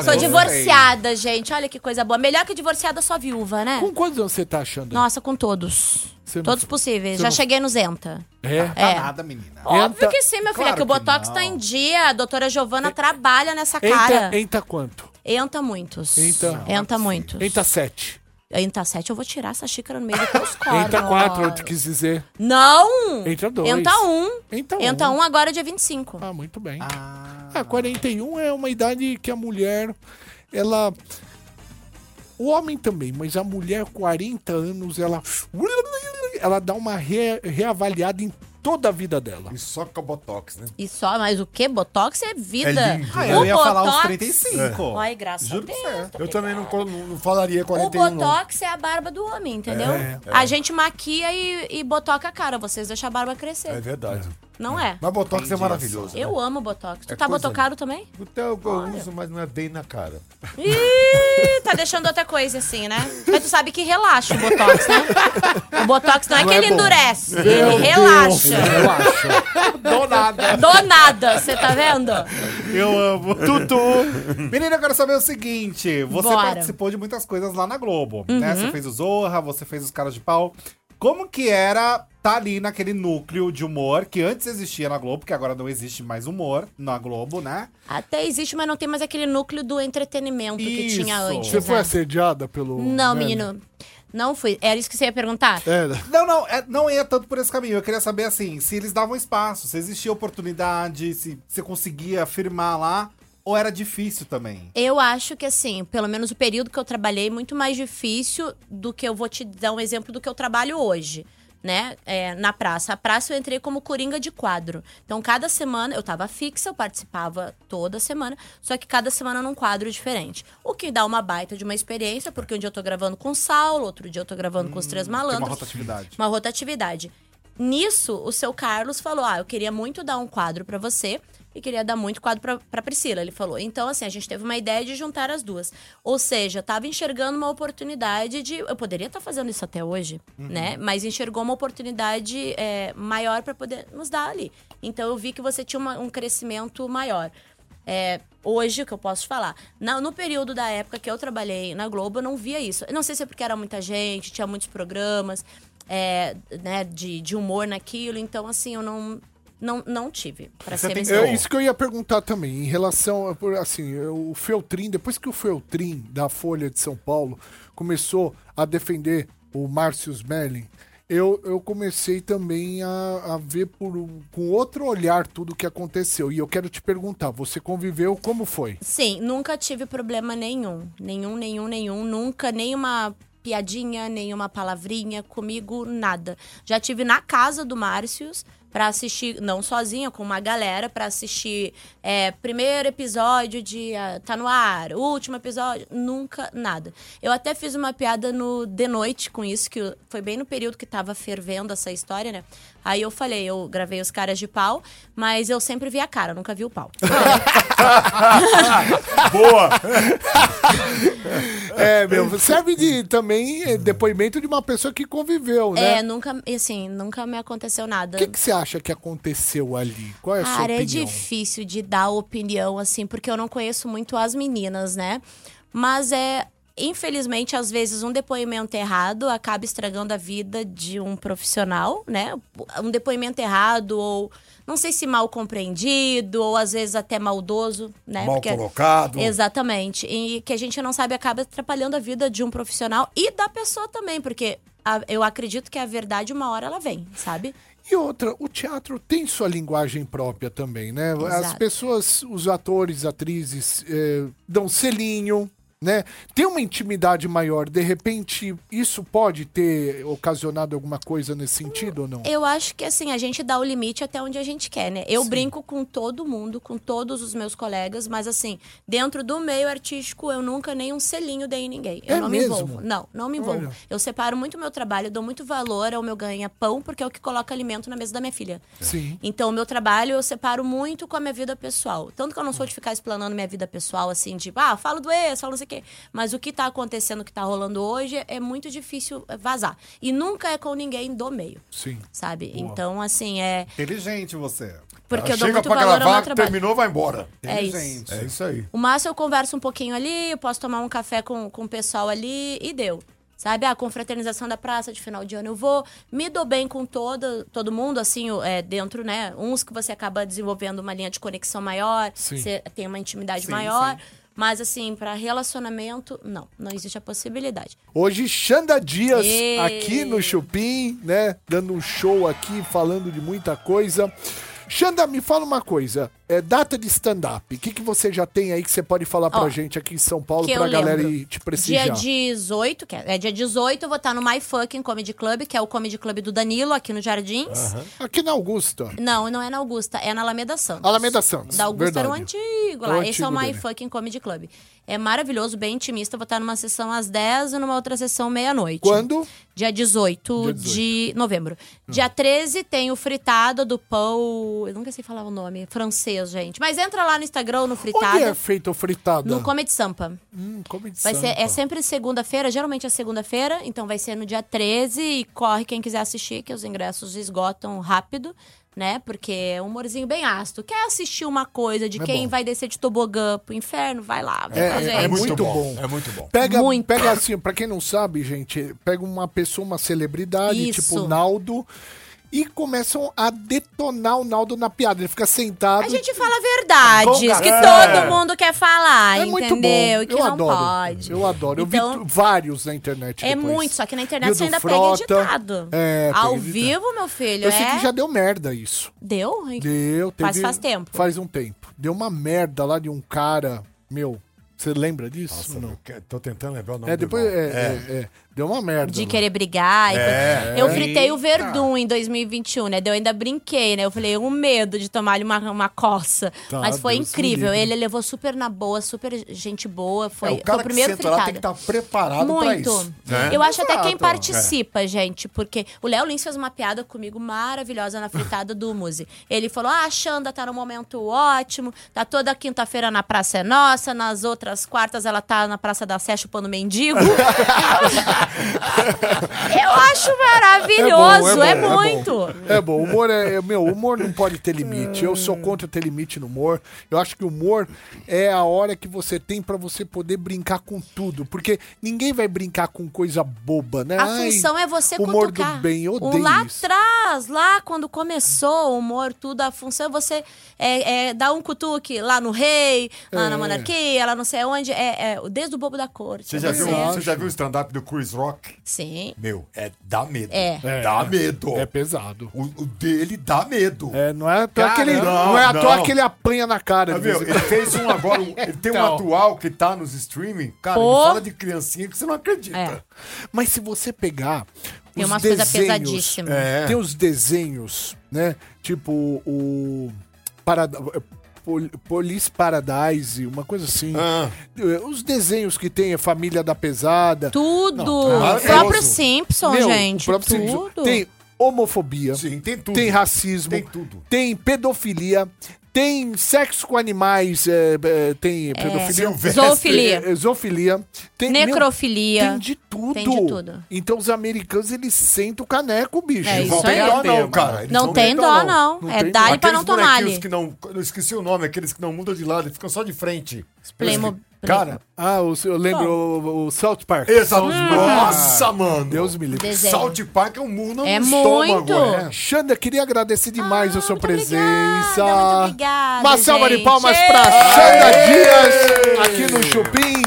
K: (laughs) Sou
C: gostei.
K: divorciada, gente. Olha que coisa boa. Melhor que divorciada, só viúva, né?
C: Com quantos anos você tá achando?
K: Nossa, com todos.
C: Você não-
K: Todos possíveis.
C: você
K: Já
C: não-
K: cheguei no Zenta.
C: É?
K: Tá É. nada,
C: menina.
K: Óbvio que sim, meu filho. é que o Botox tá em dia. A doutora Giovana trabalha nessa cara.
C: Entra, entra quanto?
K: Enta muitos.
C: Entra-
K: Enta muitos.
C: Entra sete.
K: Enta sete. Eu vou tirar essa xícara no meio dos teus cornos.
C: Entra quatro, eu te quis dizer.
K: Não!
C: Entra dois.
K: Entra um.
C: Entra um.
K: Entra um agora é dia 25.
C: Ah, muito bem. Ah, 41 é uma idade que a mulher, ela... O homem também, mas a mulher, 40 anos, ela... Ela dá uma re- reavaliada em toda a vida dela. E só com Botox, né?
K: E só, mas o que? Botox é vida.
C: É
E: né?
C: lindo. Ah,
K: O
C: eu ia falar uns
K: Botox- É.
C: 35.
K: Ai, graças a Deus.
D: Eu também não, colo- não falaria
K: O
D: 41. não.
K: Botox é a barba do homem, entendeu?
D: É, é.
K: A gente maquia e, e botoca a cara. Vocês deixam a barba crescer.
D: É verdade.
K: Não é?
D: Mas Botox é maravilhoso.
K: Eu
D: né?
K: amo Botox. Tu
D: É
K: tá
D: coisa-
K: botocado também?
D: Então, eu uso, mas não é bem na cara.
K: Ih, tá deixando outra coisa assim, né? Mas tu sabe que relaxa o Botox, né? O Botox não é que ele
D: bom.
K: endurece,
D: Meu
K: ele
D: Deus.
K: relaxa.
C: Do nada.
K: Do nada, você tá vendo?
E: Eu amo. Tutu. Menina, eu quero saber o seguinte. Você
K: Bora.
E: participou de muitas coisas lá na Globo,
K: Uhum.
E: né? Você fez o Zorra, você fez os Caras de Pau. Como que era tá ali naquele núcleo de humor que antes existia na Globo, que agora não existe mais humor na Globo, né?
K: Até existe, mas não tem mais aquele núcleo do entretenimento que tinha antes.
C: Você foi
K: né?
C: assediada pelo...
K: Não,
C: velho?
K: menino. Não fui. Era isso que você ia perguntar?
C: Era.
E: Não, não, é- não ia tanto por esse caminho. Eu queria saber, assim, se eles davam espaço, se existia oportunidade, se você conseguia firmar lá, ou era difícil também?
K: Eu acho que, assim, pelo menos o período que eu trabalhei, muito mais difícil do que eu vou te dar um exemplo do que eu trabalho hoje, né? É, na praça. A praça eu entrei como coringa de quadro. Então, cada semana eu tava fixa, eu participava toda semana, só que cada semana num quadro diferente. O que dá uma baita de uma experiência, porque um dia eu tô gravando com o Saulo, outro dia eu tô gravando com os Três
E: Hum, Tem uma
K: Malandros.
E: rotatividade.
K: Uma rotatividade. Nisso, o seu Carlos falou: Ah, eu queria muito dar um quadro pra você e queria dar muito quadro pra, pra Priscila. Ele falou. Então, assim, a gente teve uma ideia de juntar as duas. Ou seja, tava enxergando uma oportunidade de. Eu poderia estar fazendo isso até hoje,
O: Uhum.
K: né? Mas enxergou uma oportunidade é, maior pra poder nos dar ali. Então, eu vi que você tinha uma- um crescimento maior. É, hoje, o que eu posso falar? Na- no período da época que eu trabalhei na Globo, eu não via isso. Eu não sei se é porque era muita gente, tinha muitos programas é, né, de, de humor naquilo. Então, assim, eu não, não, não tive, pra ser bem
C: É
K: sincera.
C: isso que eu ia perguntar também, em relação, a- por- assim, eu- o Feltrin, depois que o Feltrin da Folha de São Paulo começou a defender o Márcio Smelling, eu, eu comecei também a, a ver por, um- com outro olhar tudo o que aconteceu. E eu quero te perguntar, você conviveu, como foi?
K: Sim, nunca tive problema nenhum. Nenhum, nenhum, nenhum. Nunca, nenhuma piadinha, nenhuma palavrinha comigo, nada. Já tive na casa do Márcios pra assistir, não sozinha, com uma galera, pra assistir é, primeiro episódio de ah, Tá no ar, último episódio, nunca nada. Eu até fiz uma piada no de noite com isso, que eu- foi bem no período que tava fervendo essa história, né? Aí eu falei, eu gravei os caras de pau, mas eu sempre vi a cara, nunca vi o pau.
C: Boa! (laughs) é, meu, serve de também eh, depoimento de uma pessoa que conviveu, né?
K: É, nunca, assim, nunca me aconteceu nada.
C: O que, que você acha que aconteceu ali? Qual é a sua
K: Cara, é
C: opinião?
K: difícil de dar opinião, assim, porque eu não conheço muito as meninas, né? Mas é. infelizmente, às vezes, um depoimento errado acaba estragando a vida de um profissional, né? Um depoimento errado ou não sei se mal compreendido ou às vezes até maldoso, né?
D: Mal colocado.
K: Exatamente. E que a gente não sabe acaba atrapalhando a vida de um profissional e da pessoa também, porque a- eu acredito que a verdade uma hora ela vem, sabe?
C: E outra, o teatro tem sua linguagem própria também, né? As
K: Exato.
C: pessoas, os atores, atrizes, eh, dão selinho, né? Tem uma intimidade maior. De repente, isso pode ter ocasionado alguma coisa nesse sentido ou não?
K: Eu acho que assim, a gente dá o limite até onde a gente quer, né? Eu brinco com todo mundo, com todos os meus colegas, mas assim, dentro do meio artístico, eu nunca nem um selinho dei em ninguém. Eu
O: É
K: não
O: mesmo?
K: me envolvo. Não, não me envolvo.
O: Olha.
K: Eu separo muito o meu trabalho, dou muito valor ao meu ganha-pão, porque é o que coloca alimento na mesa da minha filha.
O: É.
C: Sim.
K: Então, o meu trabalho eu separo muito com a minha vida pessoal. Tanto que eu não sou de ficar explanando minha vida pessoal, assim, de, ah, falo do ex, falo não sei o quê. Mas o que tá acontecendo, o que tá rolando hoje, é muito difícil eh, vazar. E nunca é com ninguém do meio,
C: Sim.
K: sabe?
E: Boa.
K: Então, assim, é.
E: Inteligente você.
D: Ela
K: Porque É eu dou
D: chega
K: muito
D: pra
K: valor ao
D: gravar,
K: meu trabalho.
D: terminou, vai embora.
K: É isso.
D: Inteligente. É isso aí.
K: O Márcio eu converso um pouquinho ali, eu posso tomar um café com, com o pessoal ali e deu. Sabe, a confraternização da praça de final de ano eu vou, me dou bem com todo, todo mundo, assim, o- é, dentro, né? Uns que você acaba desenvolvendo uma linha de conexão maior,
O: Sim.
K: você tem uma intimidade
O: Sim,
K: maior. Mas, assim, pra relacionamento, não, não existe a possibilidade.
C: Hoje, Xanda Dias
K: Ei.
C: aqui no Chupim, né? Dando um show aqui, falando de muita coisa. Xanda, me fala uma coisa. É data de stand-up. O que, que você já tem aí que você pode falar pra
K: Ó,
C: gente aqui em São Paulo
K: que eu
C: pra galera
K: lembro.
C: ir te prestigiar?
K: Dia 18, que é, é dia 18, eu vou estar no My Fucking Comedy Club, que é o comedy club do Danilo, aqui no Jardins.
C: Aham. Aqui na Augusta.
K: Não, não é na Augusta, é na Alameda Santos.
C: Alameda Santos,
K: Da Augusta era o
C: verdade.
K: antigo
C: É
K: lá.
C: o
K: Esse é o
C: antigo
K: My
C: dele.
K: Fucking Comedy Club. É maravilhoso, bem intimista. Vou estar numa sessão às 10 e numa outra sessão meia-noite.
C: Quando? Hum.
K: Dia 18, de novembro. Dia 13 tem o Fritada do Pão. Eu nunca sei falar o nome. Francês, gente. Mas entra lá no Instagram, no Fritada.
C: Onde é feito o fritada? Hum,
K: No Comedy Sampa.
C: Comedy
K: Vai ser, é
C: Sampa.
K: sempre segunda-feira, geralmente é segunda-feira, então vai ser no dia 13 e corre quem quiser assistir, que os ingressos esgotam rápido, né? Porque é um humorzinho bem ácido. Quer assistir uma coisa de
C: É
K: quem
C: bom.
K: vai descer de tobogã pro inferno? Vai lá, vem com a
C: É,
K: gente.
C: é muito bom.
D: É muito bom.
C: Pega, pega assim, pra quem não sabe, gente, pega uma pessoa, uma celebridade,
K: Isso.
C: tipo o Naldo, e começam a detonar o Naldo na piada. Ele fica sentado.
K: A gente fala verdades
C: Bom,
K: que
C: cara.
K: todo mundo quer falar,
C: É muito bom.
K: entendeu? E Que
C: eu
K: não
C: adoro.
K: pode.
C: Eu adoro. eu vi
K: Então-
C: tu- vários na internet.
K: É
C: depois.
K: muito, só que na
C: E
K: internet
C: o
K: você
C: do
K: ainda
C: Frota.
K: pega editado.
C: É, pega
K: Ao
C: editado.
K: vivo, meu filho,
C: Eu
K: é.
C: sei que já deu merda isso.
K: Deu?
C: Deu, teve...
K: Mas faz tempo.
C: Faz um tempo. Deu uma merda lá de um cara, meu. Você lembra disso? não.
D: Tô tentando lembrar o nome
C: É,
D: do
C: depois.
D: irmão.
C: É, é, é. Deu uma merda.
D: né?
K: De
C: lá.
K: querer brigar.
C: É,
K: e coisa.
C: é.
K: eu fritei
C: Eita.
K: o Verdun em 2021, né? Eu ainda brinquei, né? Eu falei, um medo de tomar uma, uma coça.
D: Tá,
K: Mas foi
D: Deus me
K: incrível.
D: livre.
K: Ele levou super na boa, super gente boa. Foi,
D: É, o cara
K: foi o
D: que
K: primeiro
D: senta lá
K: fritado.
D: tem que estar preparado pra
K: Muito. É.
D: isso. né?
K: Eu acho até quem
D: Exato. É.
K: participa, gente, porque o Léo Lins fez uma piada comigo maravilhosa na fritada do Muzi. Ele falou: ah, a Xanda tá num momento ótimo, tá toda quinta-feira na Praça é Nossa, nas outras quartas ela tá na Praça da Sé
D: (laughs)
K: chupando mendigo. Eu acho maravilhoso, é,
C: É bom,
K: muito.
C: É bom, É bom. humor é, é- Meu, humor não pode ter limite. Eu sou contra ter limite no humor. Eu acho que o humor é a hora que você tem pra você poder brincar com tudo. Porque ninguém vai brincar com coisa boba, né?
K: A
C: Ai,
K: função é você
C: humor
K: cutucar.
C: do bem, eu
K: o
C: odeio
K: lá
C: isso.
K: atrás, lá quando começou o humor, tudo, a função é você é, é, dar um cutuque lá no rei, lá
D: É.
K: na monarquia, lá não sei onde. É, é, desde o bobo da corte.
D: Você já,
K: é
D: viu,
K: você.
D: você já viu o stand-up do Chris Rock?
K: Sim.
D: Meu, é dá medo.
K: É.
D: Dá medo.
C: É pesado.
D: O, o dele dá medo.
C: É, não é à toa que ele, não, é à toa que ele apanha na cara.
D: Ah,
C: de
D: meu,
C: vez em
D: ele
C: quando.
D: fez um agora, um- ele tem um
C: Então.
D: atual que tá nos streaming, cara,
C: Pô.
D: ele fala de criancinha que você não acredita.
K: é.
C: Mas se você pegar
K: Tem
C: os
K: umas coisas
C: desenhos,
K: pesadíssimas.
C: É. Tem os desenhos, né? Tipo o Parada- é, Pol- Police Paradise, uma coisa
K: É.
C: assim.
D: Ah.
C: Os desenhos que tem a família da pesada.
K: Tudo.
C: Não,
K: O
C: maravilhoso.
K: próprio Simpson, gente,
C: O próprio Simpson.
K: tudo.
C: Tem homofobia.
D: tem tudo.
C: Tem racismo. Tem tudo. Tem pedofilia. Tem sexo com animais, é, é, tem pedofilia.
K: Silvestre. Zoofilia.
C: É, é, zoofilia. Tem, meu,
K: Necrofilia.
C: tem de tudo.
K: Tem de tudo.
C: Então os americanos, eles sentam o caneco, bicho.
K: É
C: Eles
K: isso aí.
D: Não, cara. eles
K: Não
C: então
K: tem
D: dão
K: dó, não. É
D: tem
K: dá-lhe
D: dó.
K: pra não
D: Aqueles bonequinhos
K: tomar-lhe.
D: que não Eu esqueci o nome, aqueles que não mudam de lado, eles ficam só de frente.
K: Playmo-
C: Cara, ah, o- eu lembro o, o South Park.
D: Exato.
C: South Park.
D: Nossa, mano.
C: Deus me livre.
D: Hum. Desenho. South
C: Park é um muro
D: no É estômago, muito. é.
C: Xanda, queria agradecer
K: Ah,
C: demais a sua presença. muito
K: obrigada,
C: Uma salva de
K: gente.
C: palmas pra Xanda Dias, aqui no Chupim.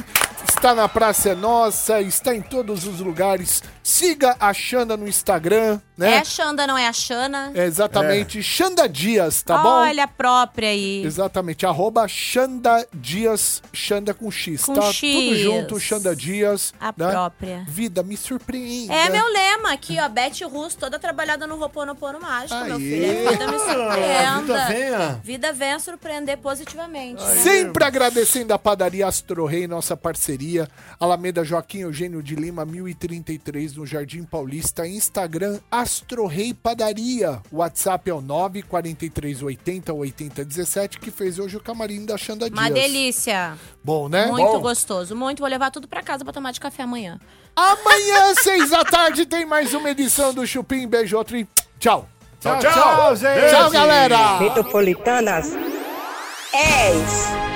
C: Está na Praça é Nossa, está em todos os lugares. Siga a Xanda no Instagram,
K: É
C: né?
K: a Xanda, não é a Xana?
C: É, exatamente. Xanda Dias, tá bom?
K: Olha a própria aí.
C: Exatamente, arroba Xanda Dias, Xanda com X,
K: Com
C: tá? Tudo
K: X.
C: junto, Xanda Dias. né?
K: A própria.
C: Vida, me surpreende.
K: É meu lema aqui, ó. Beth Russo, toda trabalhada no Roponopono Mágico, meu filho. É vida me surpreenda.
C: Vida venha.
K: Vida venha surpreender positivamente. né?
C: Sempre agradecendo a padaria Astro Rei, nossa parceria. Alameda Joaquim Eugênio de Lima, 1033, no Jardim Paulista. Instagram, Astro Rei Padaria. WhatsApp é o 943808017, que fez hoje o camarim da Xanda Dias.
K: Uma delícia.
C: Bom, né?
K: Muito
C: Bom.
K: gostoso, muito. Vou levar tudo pra casa pra tomar de café amanhã.
C: Amanhã, (laughs) seis da tarde, tem mais uma edição do Chupim. Beijo, outro e tchau.
O: Tchau, tchau, gente.
C: Tchau, galera.
O: Metropolitanas. 10.